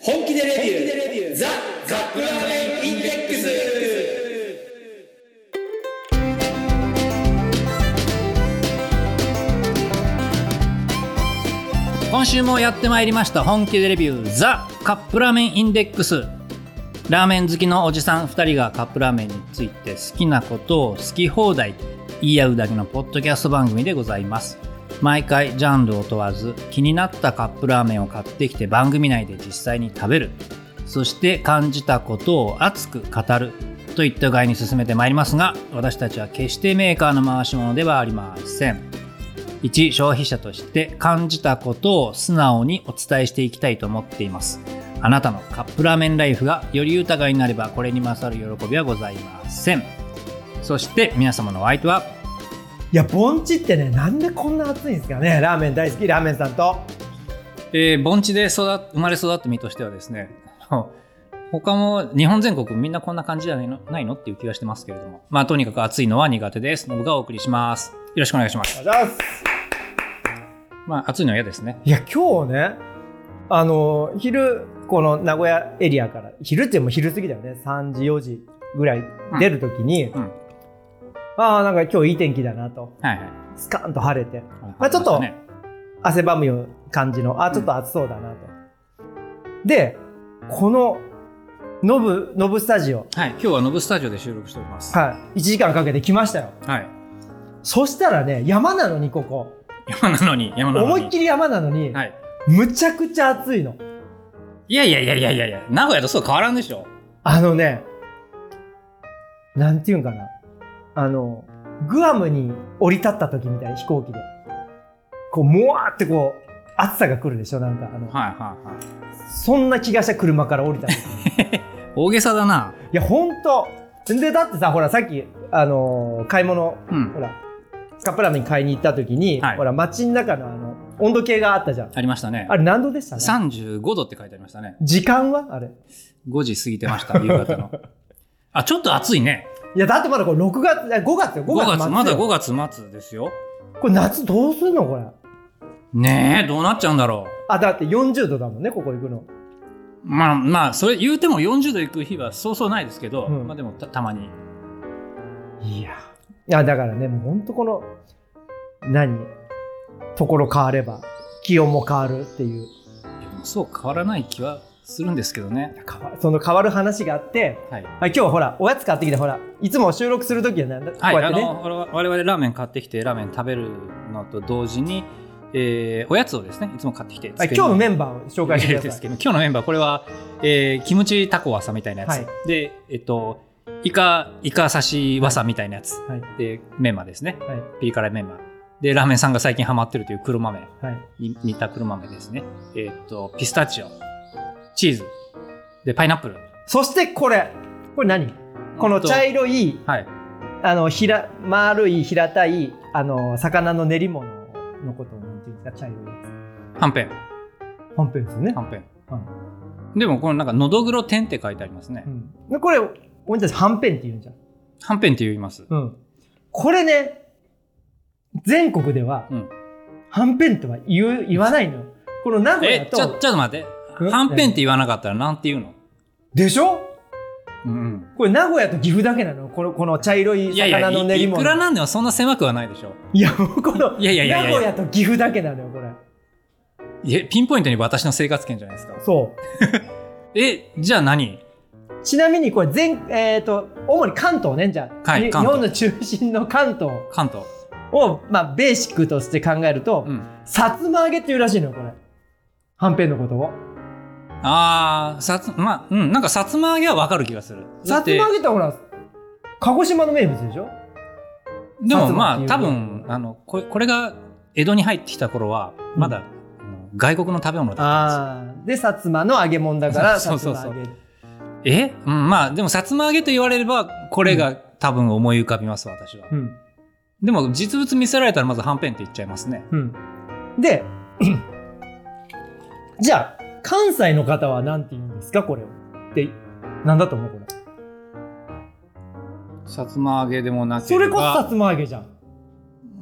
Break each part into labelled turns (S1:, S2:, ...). S1: でレビューザ・カップラーメンインデックス
S2: 今週もやってまいりました本気でレビューザカップラーメンインデックスラーメン好きのおじさん2人がカップラーメンについて好きなことを好き放題言い合うだけのポッドキャスト番組でございます毎回ジャンルを問わず気になったカップラーメンを買ってきて番組内で実際に食べるそして感じたことを熱く語るといった具合に進めてまいりますが私たちは決してメーカーの回し物ではありません一消費者として感じたことを素直にお伝えしていきたいと思っていますあなたのカップラーメンライフがより豊かになればこれに勝る喜びはございませんそして皆様のお相手はい
S3: や、盆地ってね、なんでこんな暑いんですかね。ラーメン大好き、ラーメンさんと。
S2: えー盆地で育っ生まれ育った身としてはですね、 あの他も日本全国みんなこんな感じじゃないのないのっていう気がしてますけれども、まあとにかく暑いのは苦手です。ノブがお送りします。よろしくお願いします。
S3: おはようございます。
S2: まあ暑いのは嫌ですね。
S3: いや、今日ね、あの、昼、この名古屋エリアから、昼ってもう昼過ぎだよね。3時、4時ぐらい出るときに、
S2: うんうん
S3: ああ、なんか今日いい天気だなと。
S2: はいはい。
S3: スカーンと晴れて、
S2: ま
S3: あちょっと汗ばむような感じの、ああ、ちょっと暑そうだなと。で、この、ノブ、ノブスタジオ。
S2: はい、今日はノブスタジオで収録しております。は
S3: はい。1時間かけて来ましたよ。
S2: い。
S3: そしたらね、山なのにここ。
S2: 山なのに、山なのに。
S3: 思いっきり山なのに、
S2: はい。
S3: むちゃくちゃ暑いの。
S2: いやいやいやいやいやいや、名古屋とそう変わらんでしょ。
S3: あのね、なんていうんかな。あの、グアムに降り立った時みたい、飛行機で。こう、もわーってこう、暑さが来るでしょ、なんか。あの、
S2: はいはいはい。
S3: そんな気がした車から降りた の。い
S2: 大げさだな。
S3: や、ほんと。で、だってさ、ほら、さっき、あのー買い物、
S2: うん
S3: ほ。ら、カップラーメン買いに行った時に、
S2: はい
S3: ほら、街の中のあの、温度計があったじゃん。
S2: ありましたね。
S3: あれ何度でしたね
S2: 35度って書いてありましたね。
S3: 時間はあれ。
S2: 5時過ぎてました、夕方の。あ、ちょっと暑いね。
S3: いや、だってまだこれ6月、いや5月よ、5
S2: 5
S3: 月
S2: 月、
S3: 末よ
S2: まだ5月末ですよ。
S3: これ夏どうすんのこれ。
S2: ねえ、どうなっちゃうんだろ
S3: あ、だって40度だもんね、ここ行くの。
S2: う。まあまあ、それ言うても40度行く日はそうそうないですけど、
S3: うん
S2: まあでもたたまに。
S3: いや。いや、だからね、もうほんとこの、何ところ変われば、気温も変わるっていう。
S2: いやでもそう変わらない気はするんですけどね。
S3: 変わその変わる話があって、
S2: はい。
S3: あ今日ほら、おやつ買ってきたほら、いつも収録するときはね、こう
S2: はい、
S3: や
S2: あ
S3: ってね、
S2: の我々我々ラーメン買ってきてラーメン食べるのと同時に、えーおやつをですねいつも買ってきて
S3: はい今日のメ
S2: ン
S3: ンバーを紹介してください。
S2: 今日のメンバーこれは、えーキムチタコワサみたいなやつ、
S3: はい
S2: でえっとイカイカ刺しワサみたいなやつ、
S3: はい。
S2: でメンマですね
S3: はい。
S2: ピリ辛メンマでラーメンさんが最近ハマってるという黒豆
S3: はい。
S2: に煮た黒豆ですねえっとピスタチオチーズでパイナップル
S3: そしてこれ。これ何この茶
S2: イ
S3: 色い、
S2: はい
S3: あの、ひら、丸い平たい、あの、魚の練り物のことをなんていうんですか、茶色いや
S2: はんぺん
S3: つ。はんぺんですよね
S2: は。んぺん、でもこのなんかのどぐろ天って書いてありますね、
S3: うん。でこれ、俺たちはんぺんって言うんじゃん。
S2: はんぺんって言います。
S3: うん。これね、全国では
S2: うん、
S3: はんぺんとは言う、言わないのよ。この名古屋
S2: え、ちょ、ちょっ
S3: と、
S2: と待って。
S3: え
S2: はんぺんって言わなかったらなんて言うの
S3: でしょ
S2: うん。
S3: これ名古屋と岐阜だけなのこの、この茶色い
S2: いやいや、
S3: 魚の練
S2: い
S3: り
S2: い
S3: 物。
S2: くらなんでもそんな狭くはないでしょ。
S3: いや、もうこの、
S2: いやいやいやいや
S3: 名古屋と岐阜だけなのよ、これ。
S2: いや、ピンポイントに私の生活圏じゃないですか。
S3: そう。
S2: え、じゃあ何
S3: ちなみにこれ全、えっ、と、主に関東ね、じゃあ、
S2: はい
S3: に日
S2: 関東
S3: 本の中心の関東
S2: 関東。
S3: を、まあ、ベーシックとして考えると、
S2: うん。
S3: さつま揚げっていうらしいのよ、これ。はんぺんのことを。
S2: あー、さつ、まあ、うん、なんかさつま揚げはわかる気がする。
S3: さつま揚
S2: げ
S3: げってほら、鹿児島の名物でしょ
S2: で
S3: さ
S2: も
S3: つま
S2: ま
S3: っ
S2: あ、
S3: ていう
S2: 多分、あの、これ、これが江戸に入ってきた頃は、まだ、あの外国の食べ物だったんですよ。
S3: ああ。で、さつまの揚げ物だから、
S2: そ
S3: さ
S2: う
S3: つ
S2: そうそう
S3: ま揚げ。
S2: えうん、まあ、でも、さつま揚げと言われれば、これが多分思い浮かびます、私は。
S3: うん。
S2: でも実物見せられたらまずはんぺんって言っちゃいますね。
S3: うん。で、 じゃあ、関西の方は何て言うんですか、これを。って、なんだと思う、これ。
S2: さつま揚げでもなけ
S3: そ
S2: れ
S3: れこそさ
S2: ば。
S3: つま揚げじゃん。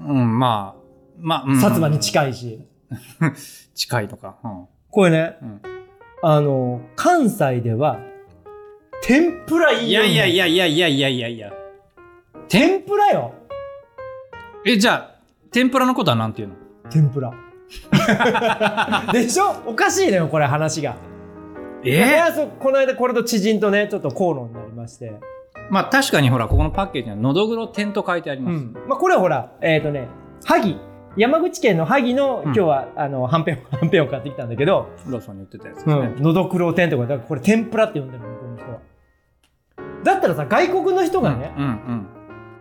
S2: うん、まあ、まあ、うん、
S3: さつまに
S2: い。
S3: 近いし。
S2: 近いとか。うん。
S3: これね、
S2: うん
S3: あの、関西では、天ぷらい
S2: い
S3: いよ
S2: や
S3: ね
S2: いやいやいやいやいやいやいや。
S3: 天ぷらよ
S2: え、じゃあ、天ぷらのことはなんていうの
S3: 天 ぷら。でしょおかしいのよ、これ話が。いやそうこの間これと知人とね、ちょっと口論になりまして。
S2: まあ確かにほら、ここのパッケージには、のどぐろ天と書いてあり
S3: う
S2: ます。
S3: ん。まあ、これはほら、えっ、とね、萩。山口県の萩の、
S2: ん
S3: 今日は、あの、はんぺん、はんぺんを買ってきたんだけど、
S2: ローソンに売ってたやつです
S3: う
S2: ね。
S3: ん、のどくろ天とかだからこれ天ぷらって呼んでるの向こうの人はだったらさ外国の人がね、
S2: うん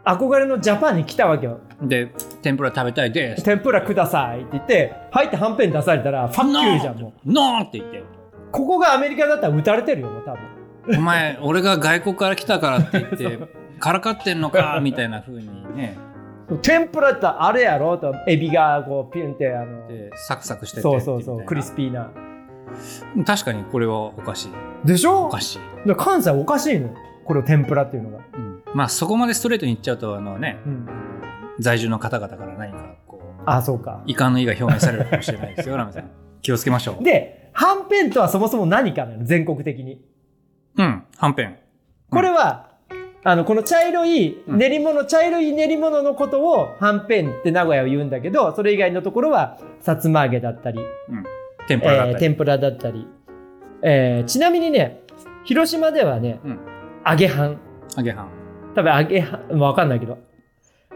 S3: 憧れのジャパンに来たわけよ
S2: うん。で、天ぷら食べたいです。
S3: 天ぷらくださいって言って入ってはんぺん出されたらファッキューじゃんも
S2: ノーって言って。
S3: うここがアメリカだったら打たれてるよもう多分
S2: お前、俺が外国から来たからって言 って、からかってんのか、みたいな風にね、
S3: 天ぷらってあれやろとエビがこうピュンってあの
S2: でサクサクしてて
S3: そうそうそうクリ
S2: ス
S3: スピーな
S2: 確かにこれはおかしい。
S3: でしょ
S2: おかしい。
S3: だから関西おかしいのよこれを天ぷらっていうのが、
S2: うん、まあそこまでストレートに言っちゃうと、あのね、
S3: うん、
S2: 在住の方々から何かこう、
S3: あそうか
S2: 遺憾の意が表明されるかもしれないですよ、ラメ さん。気をつけましょう。
S3: ではんぺんとはそもそも何かなの全国的に
S2: うん、はんぺん。
S3: これは、あの、この茶色い
S2: うん
S3: 練り物、茶色い練り物のことを、はんぺんって名古屋は言うんだけど、それ以外のところは、さつま揚げだったり、
S2: 天ぷらだった
S3: え
S2: り
S3: ー。天ぷらだったり、えーちなみにね、広島ではね、
S2: うん
S3: 揚げはん。
S2: 揚げ半。
S3: 多分揚げはん、わかんないけど。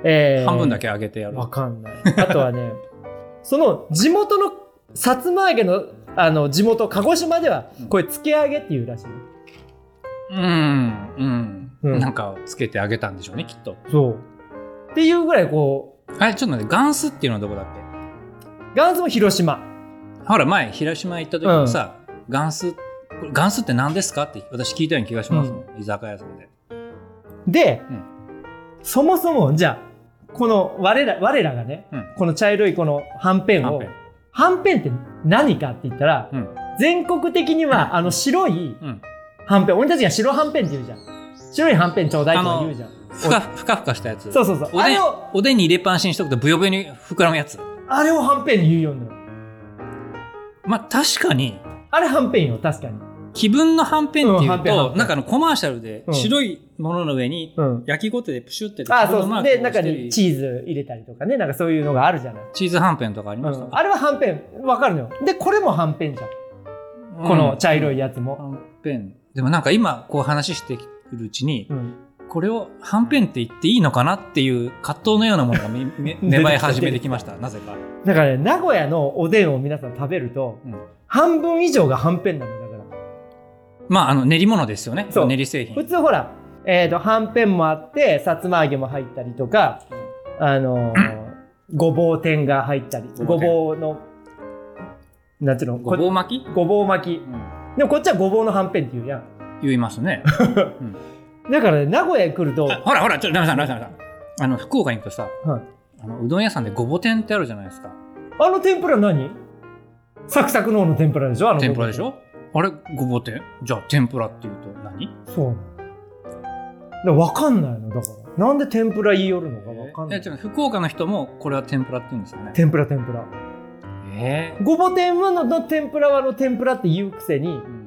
S3: えー
S2: 半分だけ揚げてやる。
S3: わかんない。あとはね、 その地元の、さつま揚げの、あの、地元、鹿児島では
S2: うん、
S3: これ、つけ揚げっていうらしい。
S2: うん、う。
S3: うんん
S2: なんかつけてあげたんでしょうね、きっと。
S3: そう。っていうぐらい、こう、
S2: あれ、ちょっと待って、ガンスっていうのはどこだっけ
S3: 元祖広島。
S2: ほら、前、広島行った時もさ、ガンス、これガンスって何ですかって私聞いたような気がしますもん、居酒屋さんで。
S3: で、
S2: うん
S3: そもそもじゃあこの我ら我らがね、
S2: うん
S3: この茶色いこのはんぺん
S2: はん
S3: を
S2: ぺん
S3: はんぺんって何かって言ったら、
S2: うん
S3: 全国的には、
S2: うん
S3: あの白い
S2: うん。
S3: はんぺん俺たちが白はんぺんって言うじゃん白いはんぺんちょうだいとか言うじゃん
S2: ふかふかふかしたやつ。
S3: そうそうそう
S2: お
S3: あ
S2: で
S3: れ
S2: ん
S3: を、
S2: おでんに入れっぱなしにしとくと、ぶよぶよに膨らむやつ。
S3: あれをはんぺんに言うようになる
S2: まあ、確かに、
S3: あれはんぺんよ確かに、
S2: 気分のはんぺんって
S3: うん
S2: い
S3: は
S2: うん
S3: ぺんはん
S2: と、
S3: ぺん
S2: なんかあのコマーシャルで
S3: うん
S2: 白いものの上に
S3: うん、
S2: 焼きごてでプシュって
S3: あそうそう
S2: マークを
S3: で中
S2: して
S3: に
S2: る
S3: チーズ入れたりとかねなんかそういうのがあるじゃない、
S2: チーズはんぺんとかあり
S3: う
S2: ました
S3: ん、あれははんぺんわかるのよでこれもはんぺんじゃん、この茶色いやつも、
S2: はんぺん。でもなんか今こう話してくるうちに、
S3: うん、
S2: これをはんぺんって言っていいのかなっていう葛藤のようなものが めめ芽生え始めてきました。なぜか。
S3: だからね、名古屋のおでんを皆さん食べると、
S2: うん
S3: 半分以上がはんぺんなのよだか
S2: まあ、あの練り物ですよね。
S3: そう
S2: 練り製
S3: ら。普
S2: 品。
S3: 通ほら、えっ、と、はんぺんもあって、さつま揚げも入ったりとか、あの ーごぼう天が入ったり、ご
S2: ごぼう天
S3: ぼうの、なんていうの
S2: ごぼ
S3: こ
S2: う巻き、
S3: ごぼう巻き。
S2: うん
S3: でもこっちはごぼうのはんぺんっていうやん。
S2: 言いますね。
S3: だからね、名古屋に来ると、
S2: あほらほら、ちょっとラメさん、ラメさん、ラメさん。あの、福岡に行くとさ、
S3: はい
S2: あのうどん屋さんでごぼ天ってあるじゃないですか。
S3: あの天ぷら何サクサクの方の天ぷらでしょあの
S2: 天ぷらでしょあれ、ごぼ天じゃあ天ぷらっていうと何
S3: そうなの。だからわかんないの、だから。なんで天ぷら言いよるのかわかんな
S2: え
S3: い
S2: ち。ょっと福岡の人もこれは天ぷらって言うんですよね。
S3: 天ぷら天ぷら。
S2: え
S3: ごぼ天はのの天ぷらはの天ぷらって言うくせに
S2: ー、うん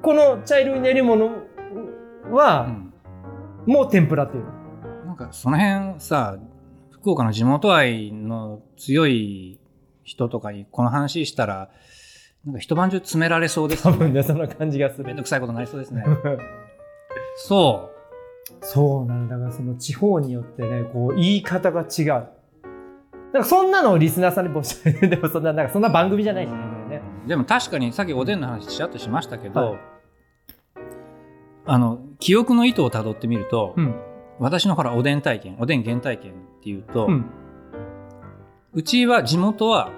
S3: この茶色い練り物
S2: う
S3: は
S2: ん
S3: もう天ぷらっていうの。
S2: なんかその辺さ、福岡の地元愛の強い人とかにこの話したら、なんか一晩中詰められそうです
S3: 多
S2: ね、
S3: 分ね、そんな感じがす
S2: め
S3: る。
S2: ん どくさいことになりそうですね。そ
S3: そうなんだだからその地方によってね、こう言い方が違う。なんかそんなのをリスナーさんに募集でもそんな、なんかそんな番組じゃ
S2: う。
S3: ないしね。これね
S2: でも確かにさっきおでんの話ちらっとしましたけど、
S3: は
S2: あの、記憶の糸をたどってみると、
S3: うん。
S2: 私のほらおでん体験、おでん原体験っていうと、
S3: うん。
S2: うちは地元は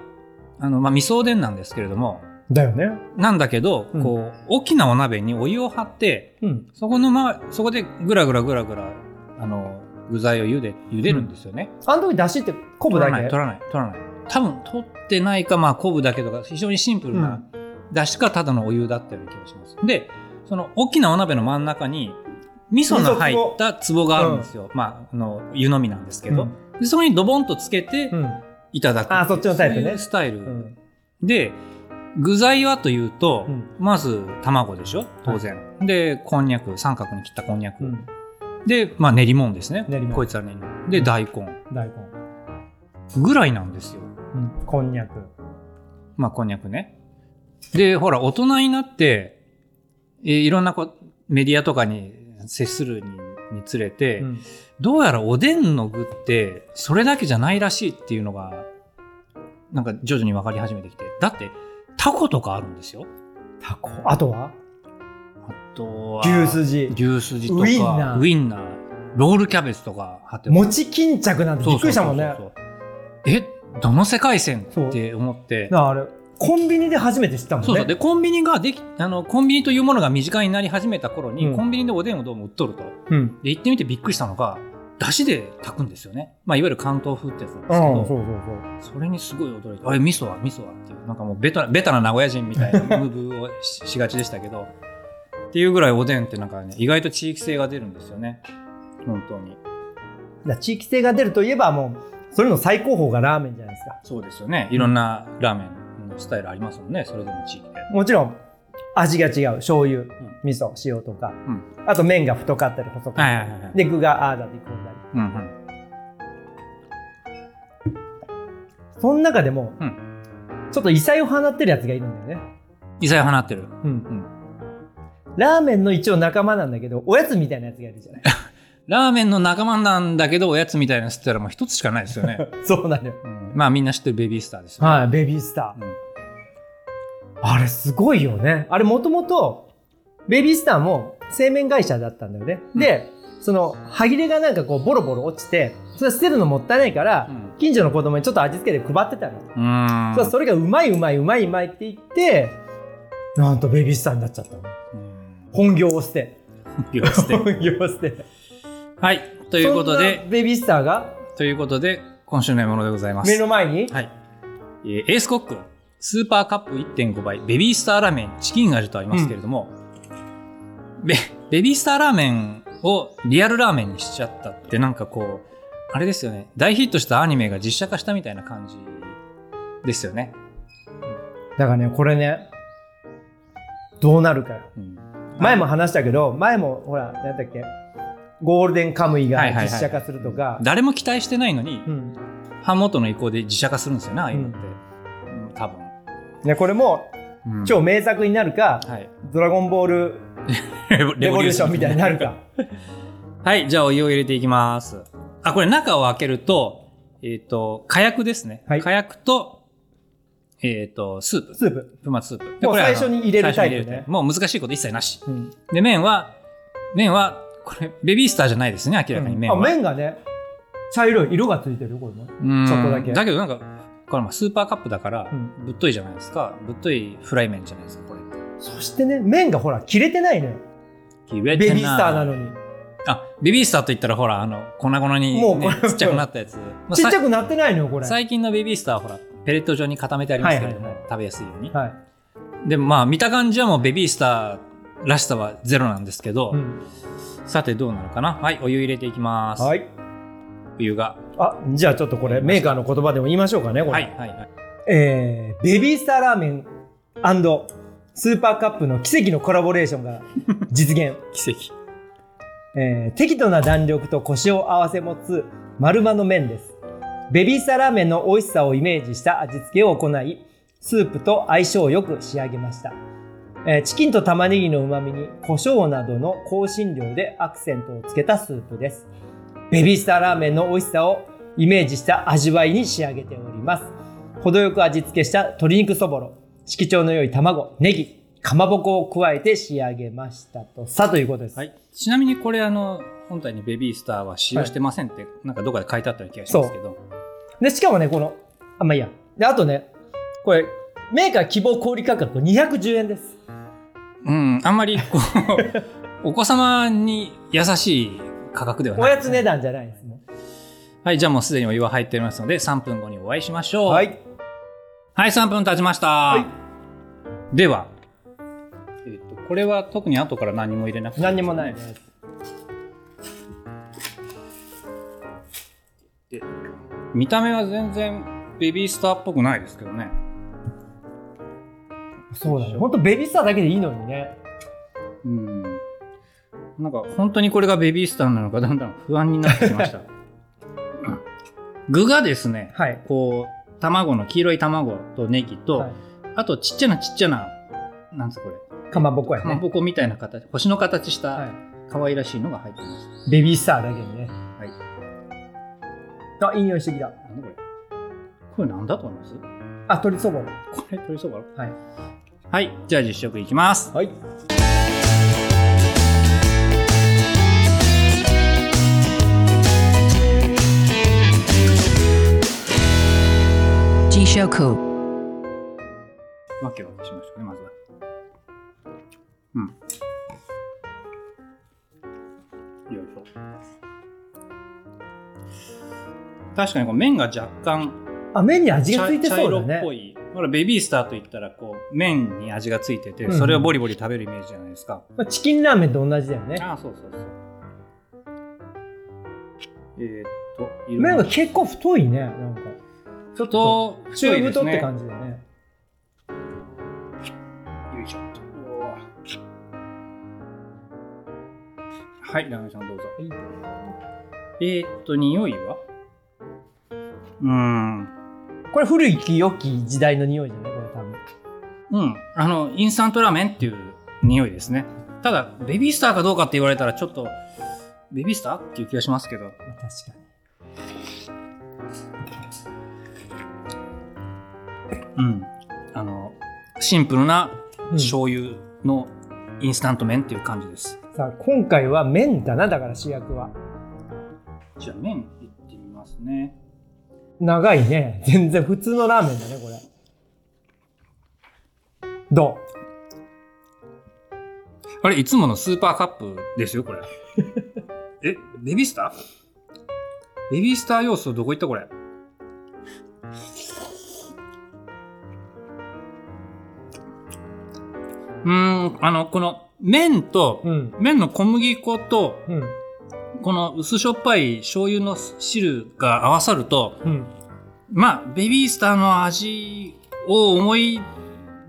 S2: あの、まあ、味噌おでんなんですけれども
S3: だよね。
S2: なんだけど、
S3: うん
S2: こう大きなお鍋にお湯を張って
S3: うん。
S2: そこの、ま、そこでぐらぐらぐらぐらあの具材を茹で茹でるんですよね、
S3: あの時出汁って昆布だ
S2: 取らない
S3: け。
S2: 取らない取らない多分取ってないかまあ昆布だけとか非常にシンプルなだしかただのお湯だったような気がしますでその大きなお鍋の真ん中に味噌の入った壺があるんですよ、まああの湯飲みなんですけど、でそこにドボンとつけて
S3: うん。うん。
S2: いただくていう
S3: あそっちのタイプね
S2: そういうスタイル、
S3: うん。
S2: で具材はというと、
S3: うん
S2: まず卵でしょ当然、でこんにゃく三角に切ったこんにゃく、
S3: うん、
S2: で、まあ、練り物ですね
S3: 練り物
S2: こいつは練り物で大根
S3: 大根、
S2: ぐらいなんですよ
S3: うん、こんにゃく、
S2: まあこんにゃくねでほら大人になって、えーいろんなこメディアとかに接するににつれて、
S3: うん
S2: どうやらおでんの具ってそれだけじゃないらしいっていうのがなんか徐々に分かり始めてきてだってタコとかあるんですよ
S3: タコあとは
S2: あとは
S3: 牛すじ
S2: 牛すじとか
S3: ウインナー
S2: ウインナーロールキャベツとか貼って
S3: 餅巾着なんてびっくりしたもんね
S2: そうそうそうそうえどの世界線
S3: そう
S2: って思って
S3: なああれコンビニで初めて知ったもんね
S2: そうそうでコンビニができあのコンビニというものが身近になり始めた頃に、
S3: うん
S2: コンビニでおでんをどうも売っとると
S3: うん、
S2: で行ってみてびっくりしたのがだしで炊くんですよね、まあ、いわゆる関東風ってやつなん
S3: う
S2: で
S3: ん、
S2: すけ
S3: そう
S2: ど、
S3: そう
S2: それにすごい驚いて、あれ、味噌は味噌はっていう、なんかもうベタベタな名古屋人みたいなムーブをししがちでしたけど、っていうぐらいおでんってなんかね、意外と地域性が出るんですよね。本当に。
S3: そうだ地域性が出るといえばもうそれの最高峰がラーメンじゃないですか
S2: そうですよね。いろんなラーメンのスタイルありますもんね、それぞれの地域で。
S3: もちろん味が違う醤油、味噌塩とか、
S2: うん
S3: あと麺が太かったり細かったり、
S2: はいはいはい
S3: で具がああだってこうだり
S2: うんうん。
S3: その中でも、
S2: う
S3: ちょっと異彩を放ってるやつがいるんだよね、
S2: 異彩を放ってる。
S3: ラーメンの一応仲間なんだけどおやつみたいなやつがいるじ ゃない
S2: ラーメンの仲間なんだけど、おやつみたいなの吸ったらもう一つしかないですよね。
S3: そうなのよ
S2: うんまあみんな知ってるベビースターですよね。
S3: はいベビースター、
S2: うん
S3: あれすごいよねあれもともとベビースターも製麺会社だったんだよね、
S2: うん
S3: でその歯切れがなんかこうボロボロ落ちてそれ捨てるのもったいないから、
S2: うん
S3: 近所の子供にちょっと味付けで配ってたの、
S2: うーん。
S3: そうそれがうまいうまいうまいうまいって言ってなんとベビースターになっちゃったの
S2: うん
S3: 本業を捨て
S2: 気をつけて
S3: 本業を捨て
S2: はい。ということ
S3: そ
S2: で
S3: ん、なベビースターが
S2: ということで、今週の獲物でございます。
S3: 目の前に
S2: はい。えーエースコック、スーパーカップ1.5倍、ベビースターラーメン、チキン味とありますけれども、ベ、ベビースターラーメンをリアルラーメンにしちゃったって、なんかこう、あれですよね。大ヒットしたアニメが実写化したみたいな感じですよね。
S3: だからねこれねどうなるかよ
S2: うん
S3: 前も話したけど前もほらなんだっけゴールデンカムイが
S2: はいはいはい
S3: 実写化するとか
S2: 誰も期待してないのに、
S3: うん
S2: 版元の意向で自社化するんですよね、ああいうのって。うん多分。
S3: ねこれも
S2: うん
S3: 超名作になるか
S2: はい。
S3: 「ドラゴンボール レボリューション」みたいになるか
S2: はい、じゃあお湯を入れていきます。あ、これ中を開けると、えっ、と、火薬ですね。
S3: はい
S2: 火薬と、えっ、と、スープ。
S3: スープ
S2: 粉末スープ。
S3: もう
S2: これはあの
S3: 最初に入れるタイプね
S2: 最初に入れもう難しいこと一切なし。
S3: うん
S2: で、麺は、麺は、これ、ベビースターじゃないですね、明らかに麺は。
S3: あ麺がね茶色い色がついてるよこれも
S2: うん
S3: ちょっとだけ
S2: だけどなんか、これまあスーパーカップだから
S3: う、ん
S2: ぶっといじゃないですか。ぶっといフライ麺じゃないですか、これって。
S3: そしてね麺がほら切れてないのよベビースターなのに
S2: あ、ベビースターと言ったらほら、あの、粉々に、ね、
S3: もうこれ
S2: ちっちゃくなったやつ。まあ
S3: ちっち
S2: さ
S3: ゃくなってないのよこれはい
S2: 最近のベビースターはほらペレット状に固めてありますけれども、
S3: はいはいは
S2: 食べやすいようにでまあ見た感じはもうベビースターらしさはゼロなんですけど、
S3: うん
S2: さてどうなのかなはいお湯入れていきます、
S3: はい
S2: お湯が
S3: あじゃあちょっとこれメーカーの言葉でも言いましょうかねこれ
S2: はいはいはい
S3: えーベビースターラーメンスーパーカップの奇跡のコラボレーションが実現、
S2: 奇跡
S3: えー適度な弾力とコシを合わせ持つ丸まの麺ですベビースターラーメンの美味しさをイメージした味付けを行いスープと相性よく仕上げました、えーチキンと玉ねぎの旨味に胡椒などの香辛料でアクセントをつけたスープですベビースターラーメンの美味しさをイメージした味わいに仕上げております程よく味付けした鶏肉そぼろ色調の良い卵ネギかまぼこを加えて仕上げましたとさということです、
S2: はいちなみにこれあの本体にベビースターは使用してませんって、なんかどこかで書いてあったような気がしますけど
S3: でしかもねこのあまあいいやであとねこれメーカー希望小売価格210円です
S2: うんあんまりこう お子様に優しい価格では
S3: お
S2: ない
S3: やつ値段じゃないですね
S2: はいじゃあもうすでにお湯は入っておりますので3分後にお会いしましょう
S3: はい
S2: はい、3分経ちました。では、えっと、これは特に後から何も入れなくて
S3: 何にもないです
S2: 見た目は全然ベビースターっぽくないですけどね。
S3: そうだね。ほんとベビースターだけでいいのにね。
S2: うん。なんか本当にこれがベビースターなのかだんだん不安になってきまし た。うん具がですね、
S3: はい。
S2: こう、卵の黄色い卵とネギと、
S3: はい
S2: あとちっちゃなちっちゃな、なんつうこれ、
S3: かまぼこや
S2: か
S3: ね。
S2: まぼこみたいな形、星の形した
S3: は
S2: 可愛らしいのが入ってます。
S3: い。ベビースターだけにね。
S2: はい。
S3: あ、いい匂いしてきた。
S2: なんだこれこれなんだと思います
S3: あ、鶏そばも。
S2: これ鶏そば
S3: はい。
S2: はい、じゃあ実食いきます。
S3: はい。
S4: Jishoku.
S2: わけわけしましょうね、まずは。うん。よいしょ。確かにこう麺が若干
S3: あ、麺に味
S2: 茶
S3: がついて
S2: 茶
S3: そう
S2: 色
S3: だ
S2: っ
S3: ね
S2: ぽ。い。ほら、ベビースターといったら、こう、麺に味がついてて、
S3: うん
S2: それをボリボリ食べるイメージじゃないですか。
S3: まあチキンラーメンと同じだよね。
S2: ああ、そうそうそう。えー、っと、色
S3: 麺が
S2: が
S3: 結構太いね。なんか。
S2: ちょっと、太
S3: 中
S2: いで
S3: 太
S2: す
S3: って
S2: ね。
S3: 感じだよね。
S2: よいしょ。うわはい、ラーメンさんどうぞ。えー、っと、匂いはうーん。
S3: これ古き良き時代の匂いじゃないこれ多分。
S2: うん。あの、インスタントラーメンっていう匂いですね。ただ、ベビースターかどうかって言われたら、ちょっと、ベビースターっていう気がしますけど。
S3: まあ確かに。
S2: うん。あの、シンプルな
S3: うん
S2: 醤油のインスタント麺っていう感じです。
S3: さあ、今回は麺だな、だから主役は。
S2: じゃあ、麺いってみますね。
S3: 長いね。全然普通のラーメンだね、これ。ど
S2: あれ、いつものスーパーカップですよ、これ。え、ベビースターベビースター要素どこ行ったこれ。うーん、あの、この麺と
S3: う、うん。
S2: 麺の小麦粉と、
S3: うん。
S2: この薄しょっぱい醤油の汁が合わさると、
S3: うん。
S2: まあ、ベビースターの味を思い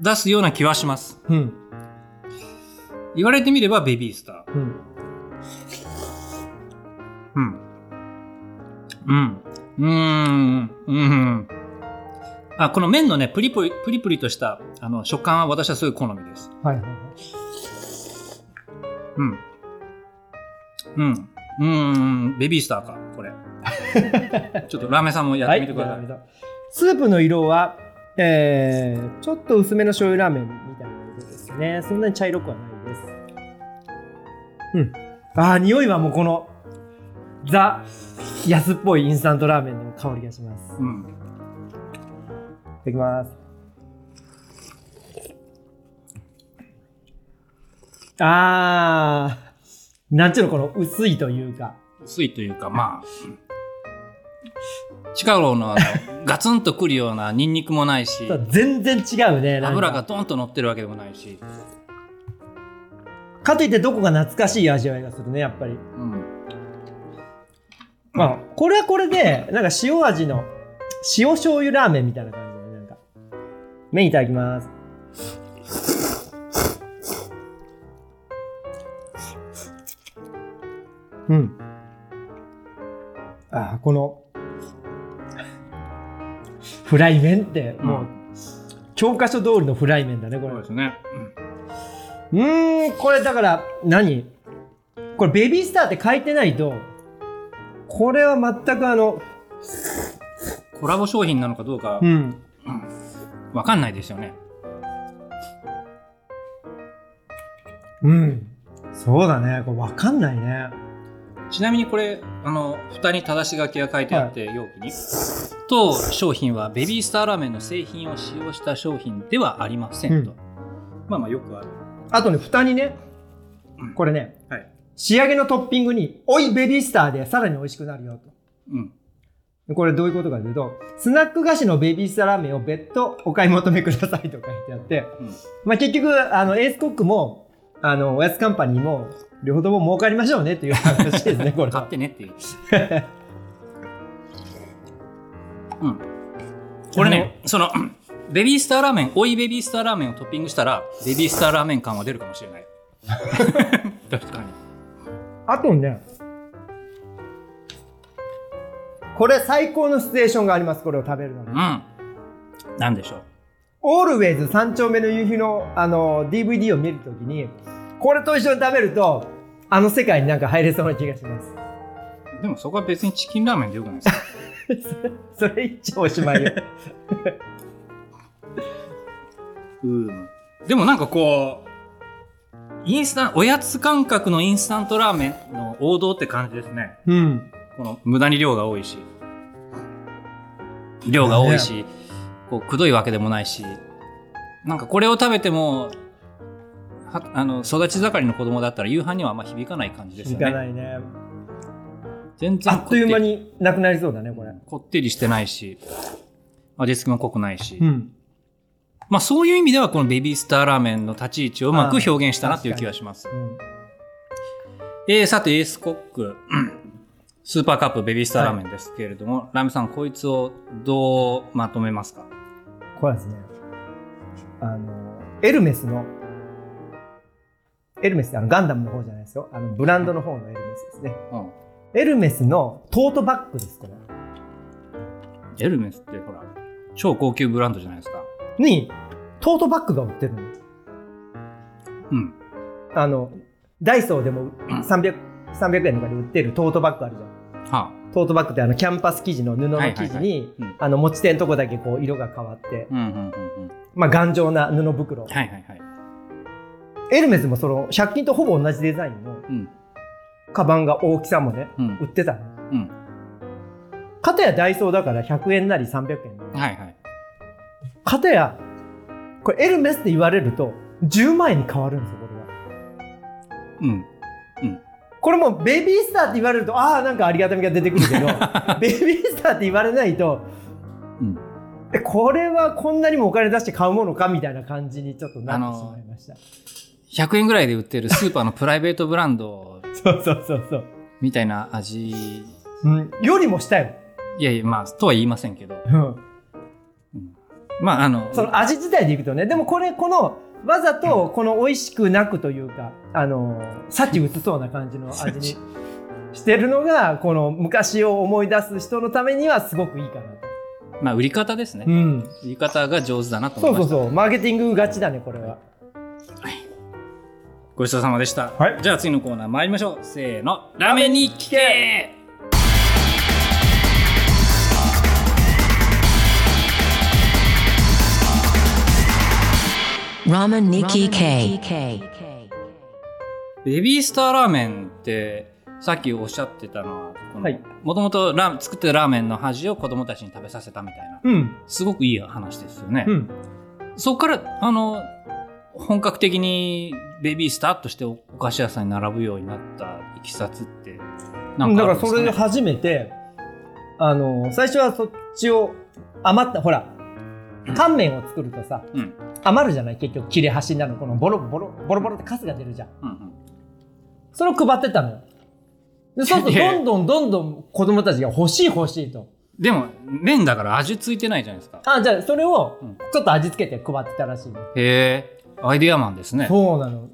S2: 出すような気はします。
S3: うん。
S2: 言われてみればベビースター。
S3: うん。
S2: うん。うん。うーん。うん。あ、この麺のね、プリプリ、プリプリとした、あの、食感は私はすごい好みです。
S3: はいはいはい。
S2: うん。うん。うーん。ベビースターか、これ。ちょっとラーメンさんもやっ
S3: は
S2: て
S3: い
S2: みてください。
S3: やってみたスープの色は、えー、ちょっと薄めの醤油ラーメンみたいな色ですね。そんなに茶色くはないです。うん。ああ、匂いはもうこの、ザ、安っぽいインスタントラーメンの香りがします。い
S2: うん。
S3: ただきます。ああ、なんちゅうのこの薄いというか。
S2: 薄いというか、まあ。うん近頃の あのガツンとくるようなニンニクもないし、
S3: 全然違うね。なんか
S2: 油がドンと乗ってるわけでもないし。
S3: かといってどこが懐かしい味わいがするね、やっぱり。
S2: うん。
S3: まあ、これはこれで、なんか塩味の、塩醤油ラーメンみたいな感じだね、なんか。麺いただきます。うん。ああ、この、フライ麺って、もう、教科書通りのフライ麺だね、これ。
S2: そう
S3: う
S2: ですね。
S3: ーん、これだから何、これベビースターって書いてないと、これは全くあの、
S2: うんコラボ商品なのかどうか、
S3: うん。
S2: わかんないですよね。
S3: うん。そうだね。これわかんないね。
S2: ちなみにこれ、あの、蓋に正し書きが書いてあって、容器に。当商品はベビースターラーメンの製品を使用した商品ではありませんと。
S3: うん
S2: まあまあよくある。
S3: あとね、蓋にね
S2: うん、
S3: これね、
S2: はい。
S3: 仕上げのトッピングに、おいベビースターでさらに美味しくなるよと。
S2: うん。
S3: でこれどういうことかというと、スナック菓子のベビースターラーメンを別途お買い求めくださいと書いてあって、
S2: うん
S3: まあ結局、あの、エースコックも、あの、おやつカンパニーも、両方とも儲かりましょうねという話です ね、これ
S2: 買っ
S3: は。
S2: てねっていう。うん。これね、その、 ベビースターラーメン、追いベビースターラーメンをトッピングしたら、ベビースターラーメン感は出るかもしれ ない。確かに。
S3: あとね、これ最高のシチュエーションがあります、これを食べるのに。
S2: うん。なんでしょう。
S3: オールウェイズ三丁目の夕日のあの DVD を見るときに、これと一緒に食べると、あの世界になんか入れそうな気がします。
S2: でもそこは別にチキンラーメンでよくないですか
S3: それ一丁おしま いよ。
S2: うん。でもなんかこう、インスタン、おやつ感覚のインスタントラーメンの王道って感じですね。
S3: うん。
S2: この無駄に量が多いし。量が多いし、こう、くどいわけでもないし。なんかこれを食べても、はあの育ち盛りの子供だったら夕飯にはあんま響かない感じです
S3: い
S2: よ
S3: か
S2: ね。
S3: ないね。
S2: 全然
S3: あっという間になくなりそうだね、これ。
S2: こってりしてないし、味付けも濃くないし。
S3: うん。
S2: まあそういう意味ではこのベビースターラーメンの立ち位置をうまく表現したなという
S3: あー
S2: 気がします。
S3: うん
S2: えー、さてエースコック、うんスーパーカップベビースターラーメンですけれども、ラーメンさんこいつをどうまとめますか
S3: これはですね、あの、エルメスの、エルメスってあのガンダムの方じゃないですよ。あのブランドの方のエルメスですね。
S2: うん
S3: エルメスのトートバッグです、これ。
S2: エルメスってほら、超高級ブランドじゃないですか。
S3: に、トートバッグが売ってるの。
S2: うん。
S3: あの、ダイソーでも300、300円とかで売ってるトートバッグあるじゃん。
S2: はあ、
S3: トートバッグってあのキャンパス生地の布の生地
S2: はいはいは
S3: に
S2: うん、
S3: あの持ち手のとこだけこう色が変わって、
S2: うんうんうんうん。
S3: まあ頑丈な布袋。
S2: はいはいはい。
S3: エルメスもその100均とほぼ同じデザインの
S2: うん。
S3: カバンが大きさもね、
S2: うん
S3: 売。ってたね。
S2: うん。
S3: かたやダイソーだから100円なり300円なり。
S2: はいはい。
S3: かたや、これエルメスって言われると10万円に変わるんですよ、これは。
S2: うん。
S3: これもうベビースターって言われるとああなんかありがたみが出てくるけ どベビースターって言われないと、
S2: うん
S3: えこれはこんなにもお金出して買うものかみたいな感じにちょっとなってしまいました、
S2: 100円ぐらいで売ってるスーパーのプライベートブランド
S3: そうそうそうそう、
S2: みたいな味、
S3: うん、よりもしたよ、
S2: いやいや、まあ、とは言いませんけど。
S3: うん、
S2: まあ、あの、
S3: その味自体でいくとねでもこれこのわざとこの美味しくなくというか、あのー幸薄そうな感じの味に
S2: 幸
S3: してるのがこの昔を思い出す人のためにはすごくいいかなと、
S2: まあ、売り方ですね。
S3: うん、
S2: 売り方が上手だなと
S3: そ
S2: 思いうま
S3: そう
S2: した。
S3: そうマーケティング勝ちだねこれは。
S2: ごちそうさまでした。
S3: はい
S2: じゃあ次のコーナー参りましょう。せーの、ラーメンに聞け
S4: ラーメンニキ K。
S2: ベビースターラーメンって、さっきおっしゃってたのは、この
S3: はい
S2: もともとラーメン作ってるラーメンの端を子供たちに食べさせたみたいな、
S3: うん
S2: すごくいい話ですよね。
S3: うん、
S2: そこから、あの、本格的にベビースターとしてお菓子屋さんに並ぶようになったいきさつって、なんか
S3: だから
S2: あるんです
S3: そ
S2: か
S3: れ
S2: ね、
S3: で初めてあの最初はそっちを余ったほら乾麺を作るとさ
S2: うん
S3: 余るじゃない結局切れ端になるこのボロボロボロボロってカスが出るじゃん
S2: うんうん
S3: それを配ってたのよでそうすると
S2: いやい
S3: ど
S2: や
S3: んどんどんどん子供たちが欲しい欲しいと
S2: でも、麺だから味ついてないじゃないですか。
S3: あじゃあそれを
S2: うん
S3: ちょっと味付けて配ってたらしいの
S2: へえ、アイデアマンですね。
S3: そうなの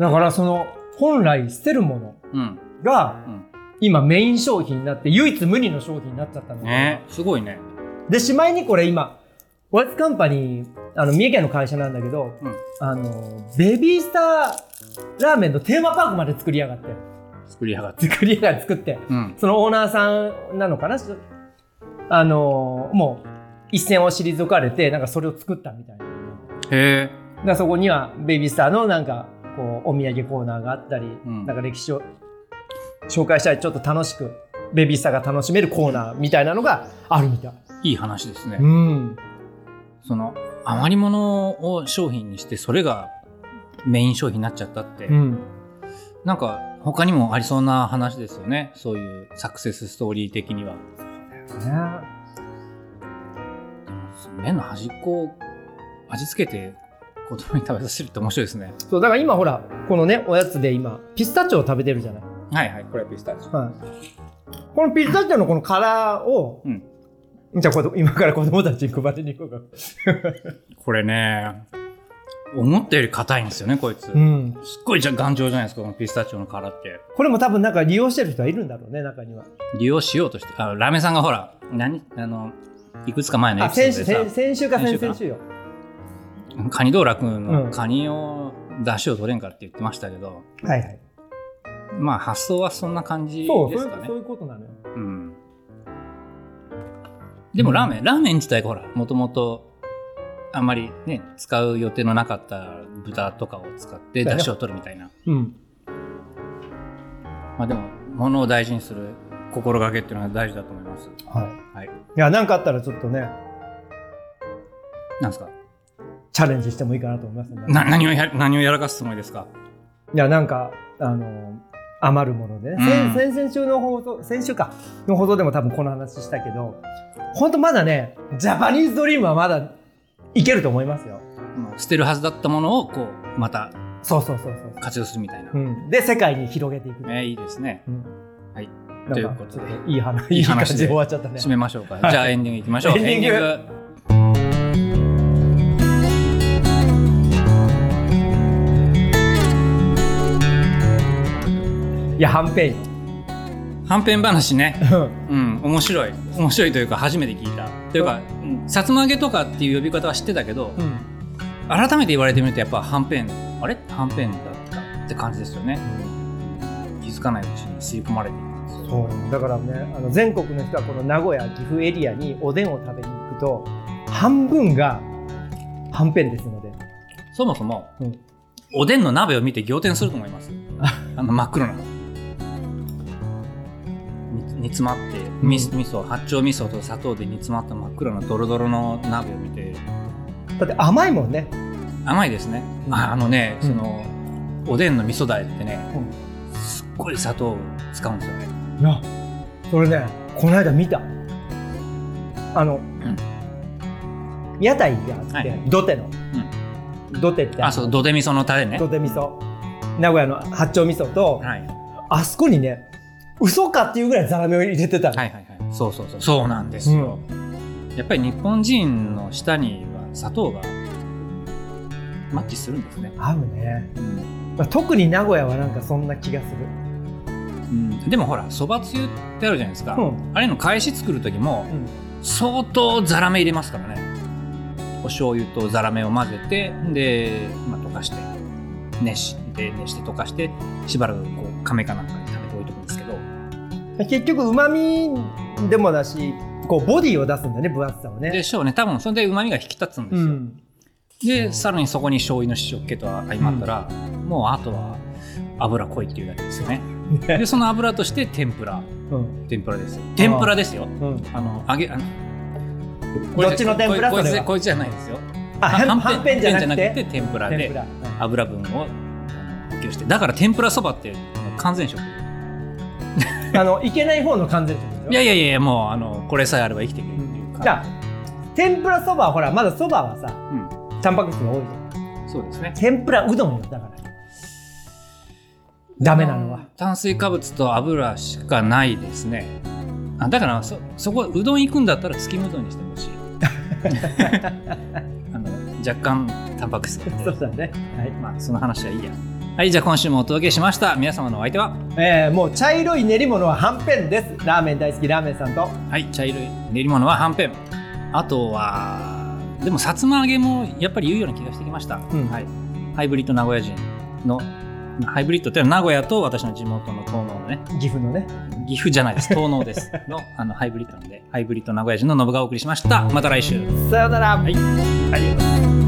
S3: だからその本来捨てるもの
S2: うん。
S3: が
S2: うん
S3: 今メイン商品になって唯一無二の商品になっちゃったの
S2: ねすごいね。
S3: で、しまいにこれ今、ワイツカンパニー、あの、三重県の会社なんだけど、
S2: うん
S3: あの、ベビースターラーメンのテーマパークまで作りやがって、
S2: 作りやがって。
S3: 作りやがって作って、
S2: うん。
S3: そのオーナーさんなのかなしあの、もう、一線を退かれて、なんかそれを作ったみたいな。
S2: へえ。
S3: だからそこには、ベビースターのなんか、こう、お土産コーナーがあったり、
S2: うん
S3: なんか歴史を紹介したり、ちょっと楽しく、ベビースターが楽しめるコーナーみたいなのがあるみたい。
S2: いい話ですね。
S3: うん。
S2: その、余り物を商品にして、それがメイン商品になっちゃったって、
S3: うん。
S2: なんか他にもありそうな話ですよね。そういうサクセスストーリー的には。
S3: ね
S2: でも麺の端っこを味付けて子供に食べさせるって面白いですね。
S3: そうだから今ほらこのねおやつで今ピスタチオを食べてるじゃない、
S2: はいはい。これはピスタチオ。
S3: はい、このピスタチオのこの殻を
S2: うん
S3: じゃあ子供今から子供たちに配りに行こうか。
S2: これね、思ったより硬いんですよね、こいつ。
S3: うん。
S2: すっごいじゃ頑丈じゃないですか、このピスタチオの殻って。
S3: これも多分なんか利用してる人はいるんだろうね、中には。
S2: 利用しようとして、あラメさんがほら、何、あの、いくつか前のエ
S3: あ、
S2: ピソー
S3: 先週、
S2: ドで
S3: 先
S2: さ、
S3: 先週か先
S2: 先週か
S3: 々週よ。
S2: カニ道楽
S3: う
S2: の
S3: ん
S2: カニを、出汁を取れんかって言ってましたけど、
S3: はいはい。
S2: まあ発想はそんな感じで
S3: そう、そう
S2: す
S3: いう
S2: かね
S3: そう。いうことなのよ。
S2: うん。でもラーメン、ラーメン自体がほら、もともと、あんまりね、使う予定のなかった豚とかを使って、
S3: そうやね
S2: 出汁を取るみたいな。
S3: うん。
S2: まあでも、物を大事にする心がけっていうのは大事だと思います。
S3: はい。
S2: はい。
S3: いや、なんかあったらちょっとね、
S2: なんですか
S3: チャレンジしてもいいかなと思いますね。
S2: な、何をや、何をやらかすつもりですか
S3: いや、なんか、あの、余るものでね。
S2: うん
S3: 先先々週の放送、先週か、の放送でも多分この話したけど、本当まだね、ジャパニーズドリームはまだいけると思いますよ。
S2: もう捨てるはずだったものを、こう、また
S3: そうそうそうそう。
S2: 活用するみたいな。
S3: うん、で世界に広げていく、
S2: えーいいですね。
S3: うん、
S2: はい
S3: なんか
S2: ということで
S3: ちょっいい話
S2: い
S3: い
S2: い
S3: い
S2: 話
S3: 話
S2: で
S3: で終わっちゃったね
S2: 締めましょ うか。
S3: はい
S2: じゃあエンディングいきましょう。
S3: エンディング
S2: ング
S3: いやはんぺん
S2: はんぺん話ね。
S3: うん
S2: うん、面白い面白いというか初めて聞いたというか、うん、さつま揚げとかっていう呼び方は知ってたけど改めて言われてみるとやっぱはんぺんあれはんぺんだったって感じですよね気づかないうちに吸い込まれていくんですよ
S3: そうだからねあの全国の人はこの名古屋岐阜エリアにおでんを食べに行くと半分がはんぺんですので
S2: そもそも、
S3: うん
S2: おでんの鍋を見て仰天すると思 いますあの真っ黒な煮煮詰まってみ味噌八丁味噌と砂糖で煮詰まった真っ黒なドロドロの鍋を見て
S3: だって甘いもんね
S2: 甘いですね、
S3: うん
S2: ああのね
S3: うん
S2: その、おでんの味噌だれってね、すっごい砂糖を使うんですよね
S3: いやそれねこの間見たあの、屋台があって、
S2: はい
S3: 土手の、土手って
S2: あそう土手味噌のタレね
S3: 土手味噌名古屋の八丁味噌と、
S2: はい、はい
S3: あそこにね嘘かっていうぐらいザラメを入れてたの、
S2: はいはいそうそうそうそうなんですよ、やっぱり日本人の舌には砂糖がマッチするんですね、
S3: 合うね、
S2: うん
S3: まあ、特に名古屋はなんかそんな気がする
S2: うんでもほらそばつゆってあるじゃないですか、
S3: うん
S2: あれの返し作る時も、
S3: うん
S2: 相当ザラメ入れますからねお醤油とザラメを混ぜてで、まあ、溶かして熱して熱して溶かしてしばらくこう亀かなんかに食べておいとくんですけど
S3: 結局うまみでもだしこうボディを出すんだね分厚さをね
S2: でしょうね多分それでうまみが引き立つんで
S3: う
S2: すよ、
S3: ん
S2: でさらにそこに醤油の塩気と相まったら、もうあとは油濃いっていうだけですよね
S3: ね
S2: でその油として天ぷら
S3: うん
S2: 天ぷらですよ天ぷらですよ
S3: うん
S2: あの揚げあの
S3: どっちの天ぷら
S2: こいつ
S3: それ
S2: こいつ
S3: は
S2: こいつじゃないですよ
S3: あはんはんぺんじゃなく
S2: はん
S3: て
S2: 天ぷら
S3: 天ぷ
S2: で
S3: らうん
S2: 油分をあの補給してだから天ぷらそばってあの完全食い
S3: あのいけない方の完全食でしょ
S2: やいやいやもうあのこれさえあれば生きていけるっていう
S3: じ
S2: か、
S3: ゃあ天ぷらそばはほらまだそばはさ
S2: う
S3: タンパク質が多いじゃん
S2: ん、そうですね
S3: 天ぷらうどんよだからダメなのは
S2: 炭水化物と油しかないですねあだからそそこうどん行くんだったら月うどんにして ほしいあの若干タンパク質が入って
S3: そ
S2: る
S3: うだね。はい。
S2: まあその話はいいやはいじゃあ今週もお届けしました皆様のお相手は
S3: えー、もう茶色い練り物ははんぺんです。ラーメン大好きラーメンさんと。
S2: はい茶色い練り物ははんぺんあとはでもさつま揚げもやっぱり言うような気がしてきました、
S3: うん
S2: はい、ハイブリッド名古屋人のまあハイブリッドっていうのは名古屋と私の地元の東農のね
S3: 岐阜のね。
S2: 岐阜じゃないです東農ですのあのハイブリッドなんでハイブリッド名古屋人の信がお送りしましたまた来週
S3: さよなら。はい。ありがとうございます。